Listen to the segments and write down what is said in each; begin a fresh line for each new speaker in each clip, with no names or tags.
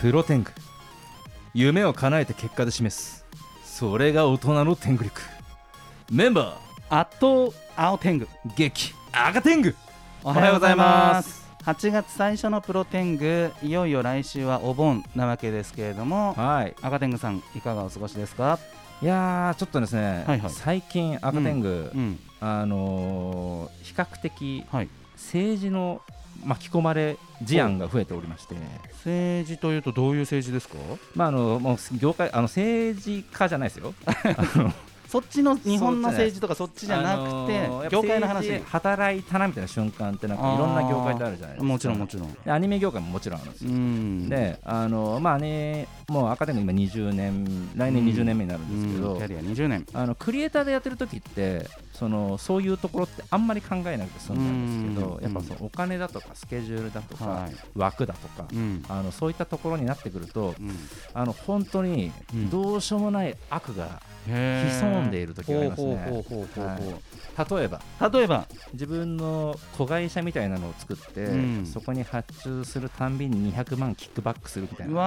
プロ天狗夢を叶えて結果で示すそれが大人の天狗力メンバ
圧倒青天狗
ー激赤天狗
お
はようございます
8月最初のプロ天狗いよいよ来週はお盆なわけですけれども
はい
赤天狗さんいかがお過ごしですか
いやーちょっとですね、
はいはい
最近赤天狗、
うん
あのー比較的
はい
政治の巻き込まれ事案が増えておりまして、
政治というとどういう政治ですか
まああのもう業界あの政治家じゃないですよ。
そっちの日本の政治とかそっちじゃな
あの
く
ー
て
やっぱ
業界の話
政治で働いたなみたいな瞬間ってなん
あ
か
ー
いろんな業界であるじゃないですか。
もちろんもちろん
でアニメ業界ももちろんあるんです
う
よ。
ん
であのーまあねもう赤点が今20年来年
うん
20年目になる
うん
ですけど。
んキャリア20年
あのクリエイターでやってる時ってそのそういうところってあんまり考えなくて済んだんですけ
う
ど
ん
やっぱそのお金だとかスケジュールだとか
はい
枠だとか
うん
あのそういったところになってくると
うん
あの本当に
うん
どうしようもない悪が
へー
潜んでいる時がありますね
ほうほうほうほうほうほ
例えば
う例えば
自分の子会社みたいなのを作って、
うん
そこに発注するたんびに200万キックバックするみたいうな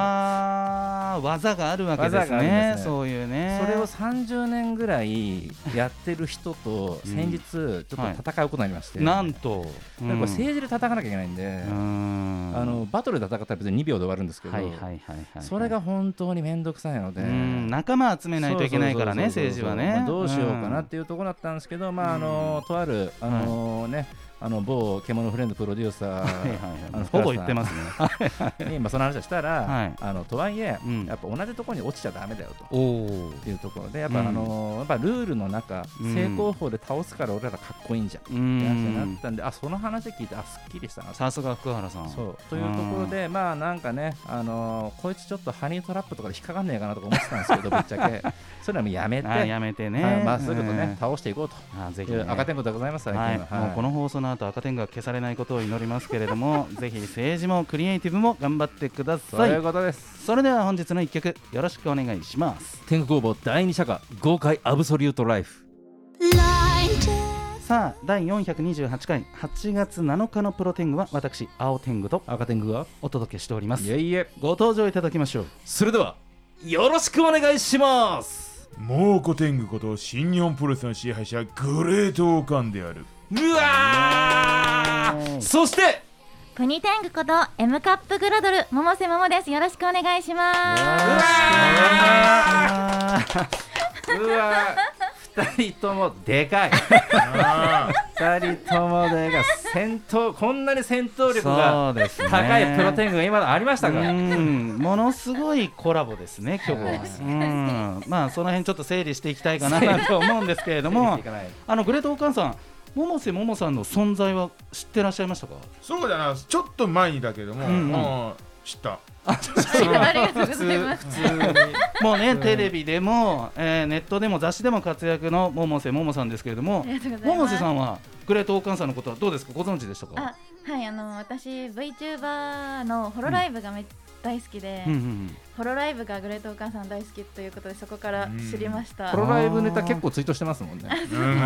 わー技があるわけです
技があるんで
ね
すね
そういうね
それを30年ぐらいやってる人と
うん
先日ちょっと戦うことになりまして、
なんと、う
やっぱ政治で戦わなきゃいけないんで、
うん
あのバトルで戦ったら別に2秒で終わるんですけど、
はいはいはいはい
それが本当に面倒くさいので、
うん仲間集めないといけないからね
そうそう
政
そうそう
治はね
まあどうしようかなっていうところだったんですけど、まああのとあるあのね、あの某獣フレンドプロデューサ
うんはいはい
ー
はい
あの
ほぼ言っ てますね
に今その話をしたら、
はい
あのとはいえ、
うん
やっぱ同じところに落ちちゃだめだよと。
おお
っていうところでやっぱ、
うん
あのやっぱルールの中、
うん
正攻法で倒すから俺らがかっこいいんじゃんって
う
話になんったんで、あその話聞いてあすっきりしたな
さすが福原さん
そうというところで、まあなんかね、あのーこいつちょっとハニートラップとかで引っかかんねえかなとか思ってたんですけ ど、ぶっちゃけ、それはもうやめて、
あやめてね
はいまっすぐとね、
うん
倒していこう
あぜ
と
ひ
い
ね
う赤天狗でございます、最近
はい、
は。
もうこ
の
の放送の後赤点が消されないことを祈りますけれどもぜひ政治もクリエイティブも頑張ってくだ
そ
さ
うい
いう
ことです。
それでは本日の一曲よろしくお願いします
天狗工房第二社歌、豪快アブソリュートライフ。
さあ第428回8月7日のプロテングは私青天狗と
赤天狗が
お届けしております
いえいえ、
ご登場いただきましょう
それでは、よろしくお願いします
もうコテングこと新日本プロレスの支配者グレートオーカンである
うわーそして、
国天狗こと M カップグロドル百瀬桃ですよろしくお願いします
うわ
あ
ーうわー二人ともでかい
あ
二人ともでが戦闘こんなに戦闘力
そ
が
うですね
高いプロテングが今のありました
う
か
んものすごいコラボですね今日
はい
はうんまあその辺ちょっと整理していきたいかなと思うんですけれ どもあのグレートオーカンさん百瀬桃さんの存在は知ってらっしゃいましたか
そうだなちょっと前にだけども、
うんうん
もう知った
ありがとうございます
普通に
もうね、
うん
テレビでも、えーネットでも雑誌でも活躍の百瀬桃さんですけれども
ありがとうございます
百瀬さんはグレートオーカンさんのことはどうですかご存知でしたか
あはいあの私 VTuber のホロライブがめ、大好きで、
うんうんうん
ホロライブがグレートお母さん大好きということでそこから知りました、
プロライブネタ結構ツイートしてますもんね
うん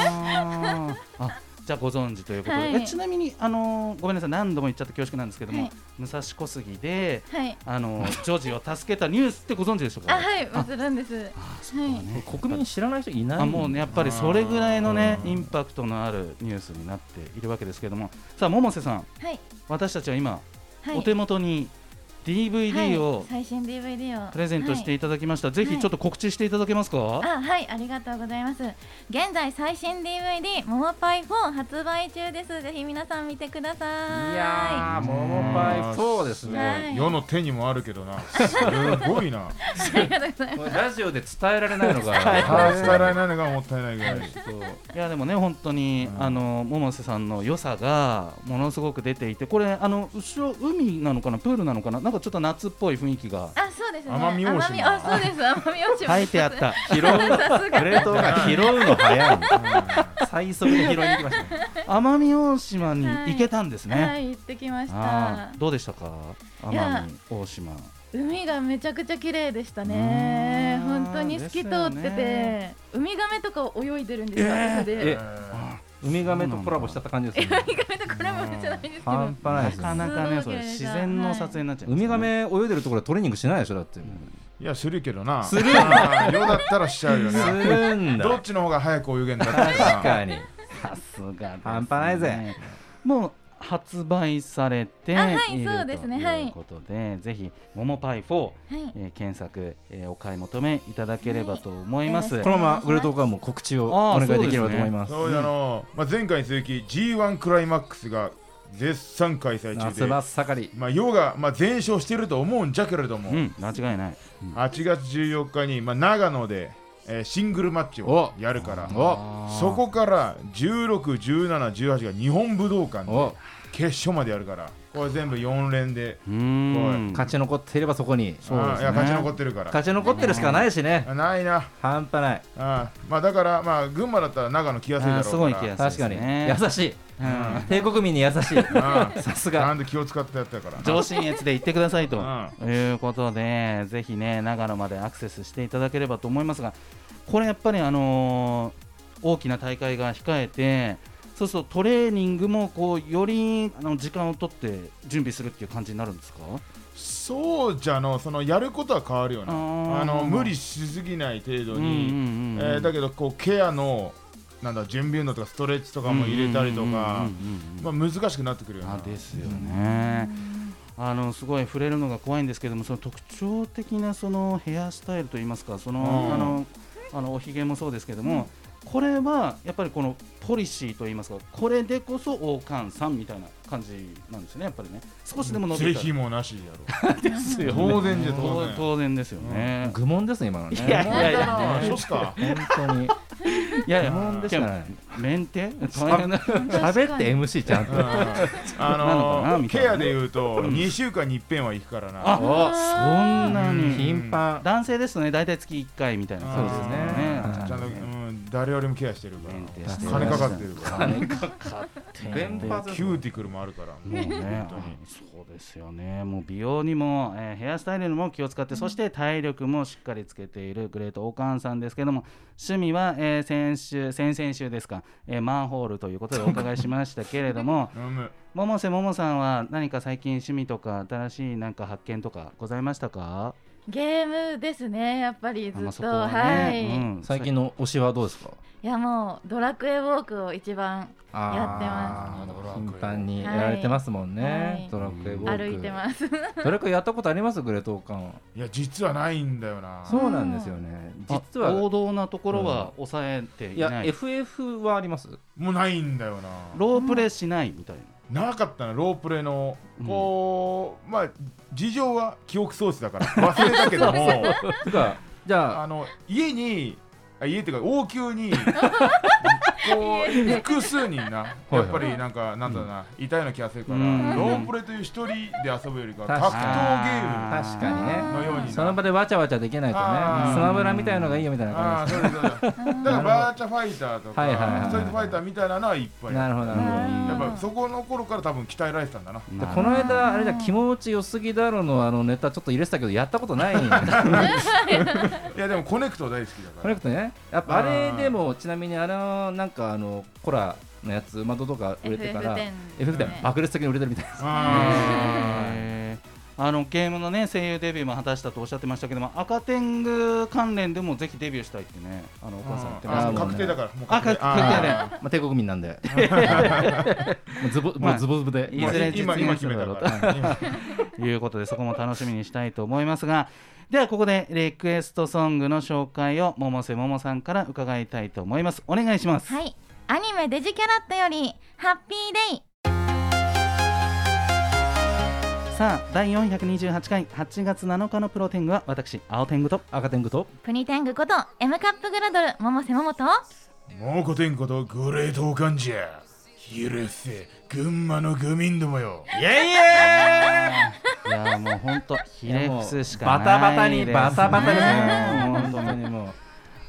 あーあじゃあご存知ということで、
はい
えちなみにあのーごめんなさい何度も言っちゃって恐縮なんですけども、
はい
武蔵小杉で
はい
あの ージョージを助けたニュースってご存知でしたか
あはいもちろんですはい
ね
国民知らない人いない
あもうねやっぱりそれぐらいのね
うん
インパクトのあるニュースになっているわけですけどもさあ百瀬さん
はい
私たちは今、
はい
お手元に DVD
は
を
い、最新 DVD を
プレゼントしていただきました、ぜひちょっと告知していただけますか、
あはいありがとうございます現在最新 DVD「モモパイ4」発売中ですぜひ皆さん見てください
いやーモモパイ4です
は
ね
い
世の手にもあるけどなすごいな
ありがとうございます
これラジオで伝えられないのが
あー伝えられないのがもったいないぐらい
いやでもね本当に、
うん
あの百瀬さんの良さがものすごく出ていてこれあの後ろ海なのかなプールなのかななんかちょっと夏っぽい雰囲気が
あ、そうですね。
奄美大島
奄あ、そうです。奄美大島。
書いてあ った
拾う
さすが。
プレートが拾うの早い最速で拾いに行きましたね
奄美大島に行けたんですね、
はい、行ってきまし
あ
た
ー。どうでしたか
いや
奄美大島
海がめちゃくちゃ綺麗でしたね。
うーん
本当に透き通って
ですよね
て、ウミガメとか泳いでるんですよ。それ
え
で。
ー
うん
ウミガメとコラボしちゃった感じですね。
意外とコラボじゃないですけど
半端ない
な
です
か
ね。
なかね、
す
そ
ごい
れ
けど
自然の撮影になっちゃい
ウ
ます、
ミガメ泳いでるところでトレーニングしないでしょだって。
いやするけどな
す
るよだったらしちゃうよ
す
ね
るん
ど
だ
っ。ちの方が早く泳げんだって
確
さ
かに。
さすがですね
半端ないぜ
もう発売されている、
あはいそうですねはい
ということでぜひ「モモパイ4」
はい
えー検索、えーお買い求めいただければと思います、
はい
このままグレートオーカーも告知をお
あー
願いできればと思います。
そうだの、まあ、前回に続き G1 クライマックスが絶賛開催中
夏
で
真っ盛り。
まあ、ヨガ、まあ、全勝してると思うんじゃけれども、
うん間違いない
8月14日に、まあ、長野で、えーシングルマッチをやるから
お
そこから16、17、18が日本武道館で
お
決勝までやるからこれ全部4連で
うーん
勝ち残っていればそこに。
そうですね
あいや勝ち残ってるから
勝ち残ってるしかないしね。
あないな
半端ない。
あまあだから、まあ、群馬だったら長野来やすいだろう
あ
から
すごい来やす
確
い
かに。
ね
優しい。
うん
帝国民に優しい。
あ
さす
ちゃ
が。
んと気を使ってやったから
上信越で行ってくださいと
う
いうことで、ぜひね、長野までアクセスしていただければと思いますが、これやっぱり、あのー大きな大会が控えて、そうするとトレーニングもこうよりあの時間を取って準備するっていう感じになるんですか
そうじゃのそのやることは変わるよな
あー
あの無理しすぎない程度
うん
に、
うんうん
えーだけどこうケアのなんだ準備運動とかストレッチとかも入れたりとか、
うんうんうんうん
まあ、難しくなってくるよな
あですよね。あのすごい触れるのが怖いんですけども、その特徴的なそのヘアスタイルといいますか、その
うん
あのあのおひげもそうですけども、これはやっぱりこのポリシーといいますか、これでこそ王冠さんみたいな感じなんですね、やっぱりね。少しでも伸
ぜ
びた
ひ
ら
もなし
です
や
よ
ろ
ね
当然じゃ当
当
然
当然ですよね。
愚問ですね、今の
いや
ね。
いやいや
お前だなそうっすか
本当に。
いやい
愚
や、
問でしかない。
メンテ大変な
喋って MC ちゃん
う
と
ん。あ
なのかな
の
みたいな
ケアで言うと2週間に一遍は行くからな、
あそんな
うん
に。
頻繁。
男性ですとね、大体月1回みたいな感じですね。
そうですね
ちゃんと、うん、誰よりもケアしてるか
メンテ
ら
して
金かかってるから
金かかってんだよ
キューティクルもあるから
もうね
本当に、
そうですよね、もう美容にも、えーヘアスタイルにも気を使って、そして体力もしっかりつけているグレート・オカンさんですけども、趣味は、えー先週、先々週ですか、えーマンホールということでお伺いしましたけれど も、
飲む
百瀬ももさんは何か最近、趣味とか、新しいなんか発見とかございましたか
ゲームですねやっぱり
あ
ず
まあ
っ
そ
と
こ
は,、
はね
い、
う
い
ん
最近の推しはどうですか
やもうドラクエウォークを一番
あ
や
ー
ってます
頻繁にやられてますもんね。
はい
ドラクエウォーク。
歩いてます
ドラクエやったことありますグレートオーカンは。
いや実はないんだよな
そうなんですよね。実
あ王
は、
道なところは抑えて
い
い
や、
ない、
FF はあります
もうないんだよな
ロープレイしないみたいな。
なかったなロープレの
うん
こう、まあ事情は記憶喪失だ から忘れたけども
てか、じゃあ、
あの家にあ家っていうか王宮 にこう複数人な
はい
やっぱりなんかなんだろうな、いたような気がするから、
うん
ロープレという一人で遊ぶよりか
確
格闘ゲー
かに
あ
確
ー
かにね。
ムのようにな
その場でわちゃわちゃできないとね
あ、ー
スマブラみたいのがいいよみたいな
あ
感
あそうだそうだだからバーチャファイターとか、
はいはいはい
ストリートファイターみたいなのはいっぱ
じ
い
です。なるほど、なるほど。
やっぱそこの頃から多分鍛えられてたんだな
でこの 間あれじゃ気持ち良すぎだろのあのネタちょっと入れてたけどやったことないんだ
いやでもコネクト大好きだ
コ
か
ネ
ら
クトねやっぱあれでもちなみにあのなんかあのコラのやつ窓とか売れてから
FF10
FF で
ね
爆裂的に売れてるみた いな
あー
へー あのゲームのね声優デビューも果たしたとおっしゃってましたけども赤天狗関連でもぜひデビューしたいってねあのお母さん言ってまし
あ
す
た
ー
ね
けど
確定だからもう
あ確
あー
確定だよ
まあ帝国民なんでもうズボもうズボズボで
いずれ実
今今
現す
決
る
め
だ
た
ろう
から
ということでそこも楽しみにしたいと思いますがではここでリクエストソングの紹介を百瀬ももさんから伺いたいと思いますお願いします、
はいアニメデジキャラットよりハッピーデイ
さあ第428回8月7日のプロ天狗は私青天狗と
赤天狗と
国天狗こと M カップグラドル百瀬桃と
もうこてんことグレートオカンじゃ許せ群馬の愚民どもよイエイ
いやーもう本当ひれ伏すしか
バタバ
な
タ
いで
に
すね
バタバタですね
もう
本
本当
当
に
にも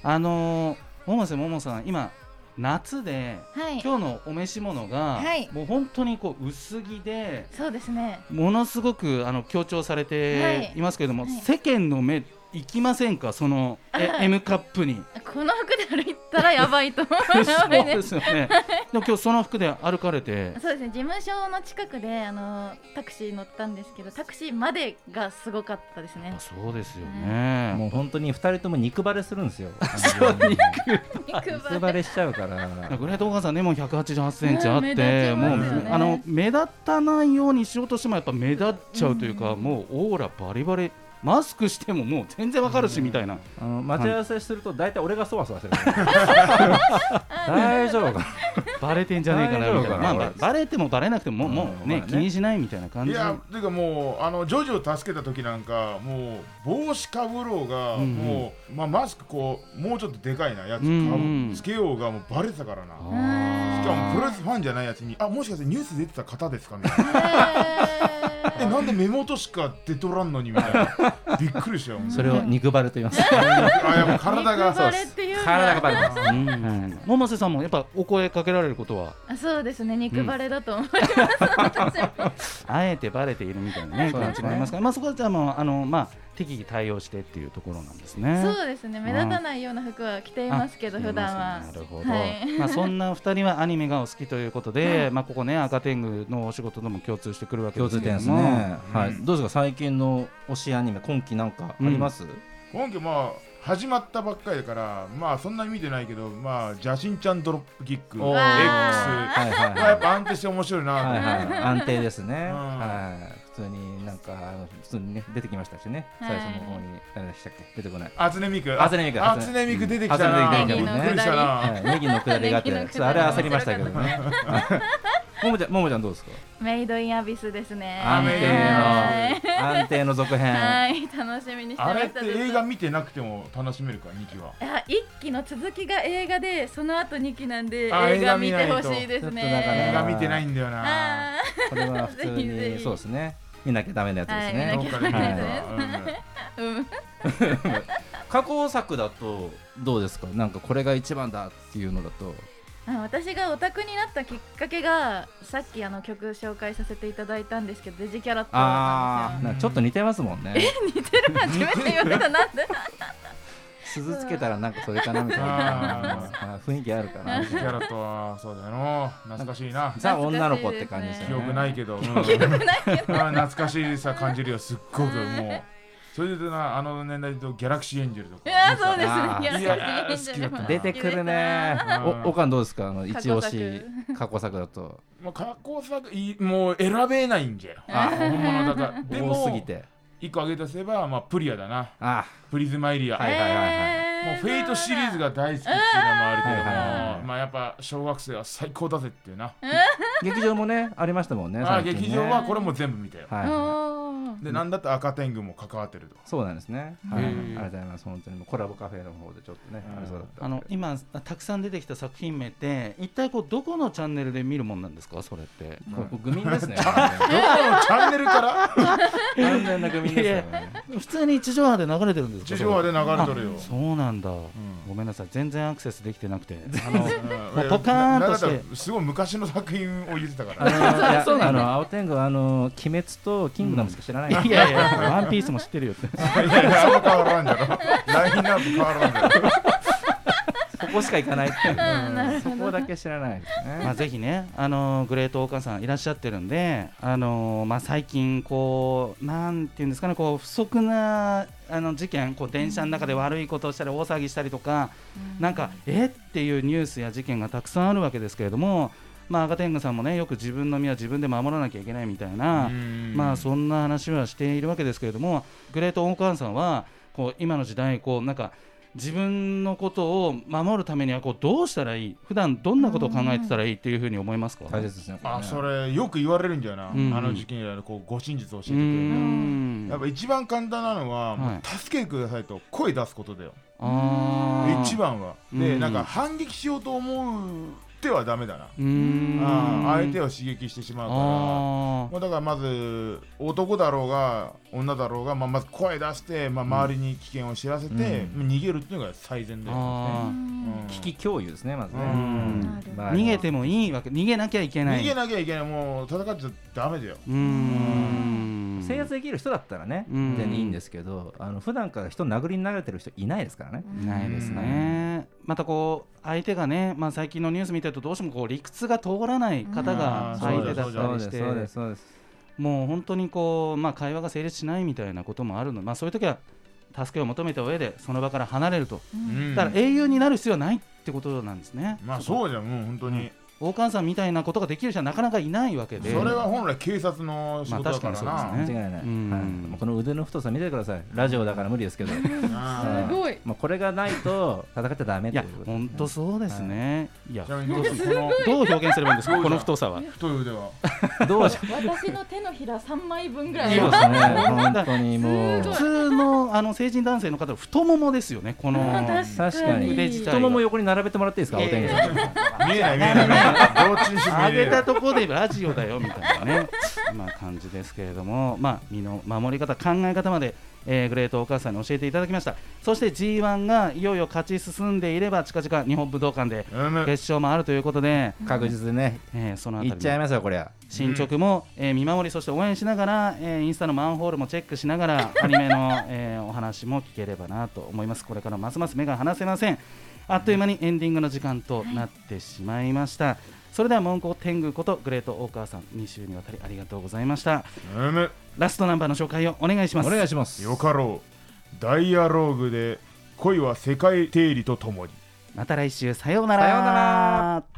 あのー、百瀬ももさん今夏で
はい
今日のお召し物が、
はい
もう本当にこう薄着で
そうですね
ものすごくあの強調され
は
て
い
いますけれども、
はい
世間の目行きませんかそのえ
はい
M カップ に
この服で歩いたらやばいと思 う
そう
やばい
で
です
すよねでも今日その服で歩かれて
そうですね事務所の近くであのタクシー乗ったんですけどタクシーまでがすごかったですね
あそうですよね、
もう本当に二人とも肉バレするんですよ。 肉バレしちゃうから。
グレートお母さんねもう188センチあっ
ね
て、
目立ち
もう、
ます
よね
あの目立たないようにしようとしてもやっぱ目立っちゃうというか、もうオーラバリバリマスクしてももう全然わかるしみたいな、
あの待ち合わせすると大体俺がそわそわする。大丈夫かな。
バレてんじゃねえかなみた
大
いな、
丈夫かな
まあ、
俺
バレてもバレなくてももう,、もうね
まあね
気にしないみたいな感
い
じ
やてかもうあのジョジョを助けた時なんかもう帽子かぶろうが、
うんうん
もう、まあ、マスクこうもうちょっとでかいなやつかぶ、
うんうん
つけようがもうバレてたからな
あ
し
ー
かもプロレスファンじゃないやつにあもしかしてニュース出てた方ですかみたいなえなんで目元しか出とらんのにみたいなびっくりしたよもう
それを肉バレと言います。
あやっぱ体が
そうっていうのは
体がバレます。
うん百瀬さんもやっぱお声かけられることは
あそうですね肉バレだと思い
あえてバレているみたいなね
そう
感
で
じ
すね
もありますから、まあ、そこはじゃあもうあの、まあ、適宜対応してっていうところなんですね。
ます、 そうですね目立たないような服は着ていますけど
あ
普段は
なるほど、
はい
まあそんな二人はアニメがお好きということで、まあここね赤天狗のお仕事とも共通してくるわけで
共
す
通
け
点
ど
です
も、
ね。は
う
い。
ん
どうですか最近の推しアニメ今期なんかあります？
今期まあ始まったばっかりだからまあそんなに見てないけどまあ邪神ちゃんドロップキック X
おー
ま
はいはい
あ
は
や
い
っ。ぱ安定して面白いなと思
は
っ
い
て
はい、安定ですね、
ん
はい、普通になんか普通にね出てきましたしね、
はい
最初の方に誰でしたっけ出てこない
初音ミク
初音ミク
初音ミク出てきた
初
な
音
び
ミク
っ
出てきたね
くりした
は、
ない
ネギのくだりがあって、ち
ネギ
ょっ
のくだり
とあれ焦りましたけど ね。ももちゃん、ももちゃんどうですか。
メイドインアビスですね
安
はい
定の、安定の続編。
はい楽しみにしてま
あれっ
してたです
映画見てなくても楽しめるか2期はい
や一期の続きが映画でその後二期なんで
あ
映画見てほしいです
映画見ないとちょっとだから
映
ね
画見てないんだよな
あ
これは普通
ぜひぜ
に、
ひ
そうですね。見なきゃダメなやつです
は
ど
ね
い。
っかで見てるわ
ーうん
過去作だと、どうですか、なんかこれが一番だっていうのだと。
あ私がオタクになったきっかけがさっきあの曲紹介させていただいたんですけどデジキャラット
あ
なん
あ、なんかちょっと似てますもんね。
ですよ 初めて言われた なんで
鈴つけたら、なんかそれかなみたいな
あ。
あー雰囲気あるかな
うん。キャラとはそうだよな懐かしいな
ザ女の子って感じです
記
よ
憶
ね。
ないけど、記憶ないけど、あ懐かしさ感じるよ、すっごくもう。それでな、あの年代とギャラクシーエンジェルとか。
いやそうです
あー
ねギャラクシーエン
いやー好き
ジェル
だったな
出てくるね
うん。
お、おかんどうですか、あの一押し
過
過
去、
去作だと。
もう過去作いもう選べないんじゃよ。
あ
本物だ から。で
多す
も
ぎ、て。
一個挙げとせば、まあプリアだな。
あ
プリズマエリア。
はいはいはいはい
もうフェイトシリーズ
が
が大好きっていうのもあるけども、
うんはいはい
まあやっぱ小学生は最高だぜっていうな。
ー劇場もね、ありましたもんね。
まあ
最近ね
劇場はこれも全部見たよ。
はいは
お
で、なんだったら赤天狗も関わってると。
い。そうなんですね。はい。あ
へ
り
ー
がとうございます。本当にもうコラボカフェの方でちょっとね、
うん
ありそうだった。
あの今たくさん出てきた作品名って一体こうどこのチャンネルで見るもんなんですかそれって。
ここ愚民ですね。
どこのチャンネルから
完全な愚民ですよね。
普通に地上波で流れてるんですか。
地上波で流れとるよ
それ。そうなんだ、ごめんなさい全然アクセスできてなくて。あの
も
うポカーンとして
すごい昔の作品を言ってたか
あ
ら
のい やあの青天狗はあの鬼滅とキングダムしか知らないん
い
で。
やいや、ワンピースも知ってるよって。
いやいやあんま変わらんじゃろ ラインナップ変わらんじゃろ
ここしか行かないっていう。そ
ほど
こだけ知らないです
まあ、
ね。
ぜひね、あのーグレートお母さんいらっしゃってるんで、あのーまあ、最近こう、なんていうんですかね、こう不足なあの事件こう、電車の中で悪いことをしたり、大騒ぎしたりとか、なんか、えっていうニュースや事件がたくさんあるわけですけれども、まあ、赤天狗さんもね、よく自分の身は自分で守らなきゃいけないみたいな、まあ、そんな話はしているわけですけれども、グレートお母さんは、こう今の時代こうなんか自分のことを守るためにはこうどうしたらいい普段どんなことを考えてたらいいっていうふうに思いますか
大切ですね。これね
あそれよく言われるんだよな、
うん
あの事件以来のこうご真実を教えて
う
くれる
ん
やっぱ一番簡単なのは、
はい
もう助けてくださいと声出すことだよ
あー
一番は
う
で
ん
なんか反撃しようと思ってはダメだな
うーん
あー相手を刺激してしまうから
あ
まあ、だからまず男だろうが女だろうが、まあ、まず声出して、まあ、周りに危険を知らせて、
う
逃げるっていうのが最善だよ、
あ
うん
危機共有ですね、まずね。
うん
な
るほど
まあ
ー逃げてもいいわけ逃げなきゃいけない
逃げなきゃいけないもう戦っちゃダメだよ
うーん
制圧できる人だったらね、
うん
全然いいんですけどあの普段から人殴りに慣れてる人いないですからね、
ないですね、またこう相手がね、まあ、最近のニュース見てるとどうしてもこう理屈が通らない方が
うん
相手だっ
そ
た
そう
り
で
し
す
て
そうですそうです
もう本当にこう、まあ、会話が成立しないみたいなこともあるので、まあ、そういう時は助けを求めた上でその場から離れると、
うん
だから永遠になる必要はないってことなんですね。
まあそうじゃんもう本当に、
大川さんみたいなことができる人はなかなかいないわけで。
それは本来警察の仕事だからな、
まあ確かにそうですね
間違いない、
うん
はいもうこの腕の太さ見てくださいラジオだから無理 ですけど
あ
すごいもうこれがないと戦っちゃダメ
い
とい
や
うこと
本当そうですね、い、や
ーちなみにどうするこ
どう表現すればいいんですか
すごいじゃん
この太さは
の太い腕 は
どうし
私の手のひら3枚分ぐら
そう
い
ですね本当にも
す
う
ごい
普通のあの成人男性の方は太ももですよねこの
確かに
腕自体
太もも横に並べてもらっていいですかお天気さん
見えない見えない見えないどっちにしても見
上
え
げ
ない
たところでラジオだよみたいなね、 まあ感じですけれども、まあ、身の守り方、考え方まで、えーグレートお母さんに教えていただきました、そして g 1がいよいよ勝ち進んでいれば、近々、日本武道館で
うむ
決勝もあるということで、
確実にね
えーそのあ
い
た
っち
り
ゃい
の
ますよこりゃ
進捗も、えー見守り、そして応援しながら、えーインスタのマンホールもチェックしなが ら、アニメの、えーお話も聞ければなと思います。これからますます目が離せません。あっという間にエンディングの時間となってしまいました。それでは文庫天狗ことグレート大川さん2週にわたりありがとうございました
うむ
ラストナンバーの紹介をお願いします
お願いします
よかろうダイアローグで恋は世界定理とともに
また来週さようなら
さようなら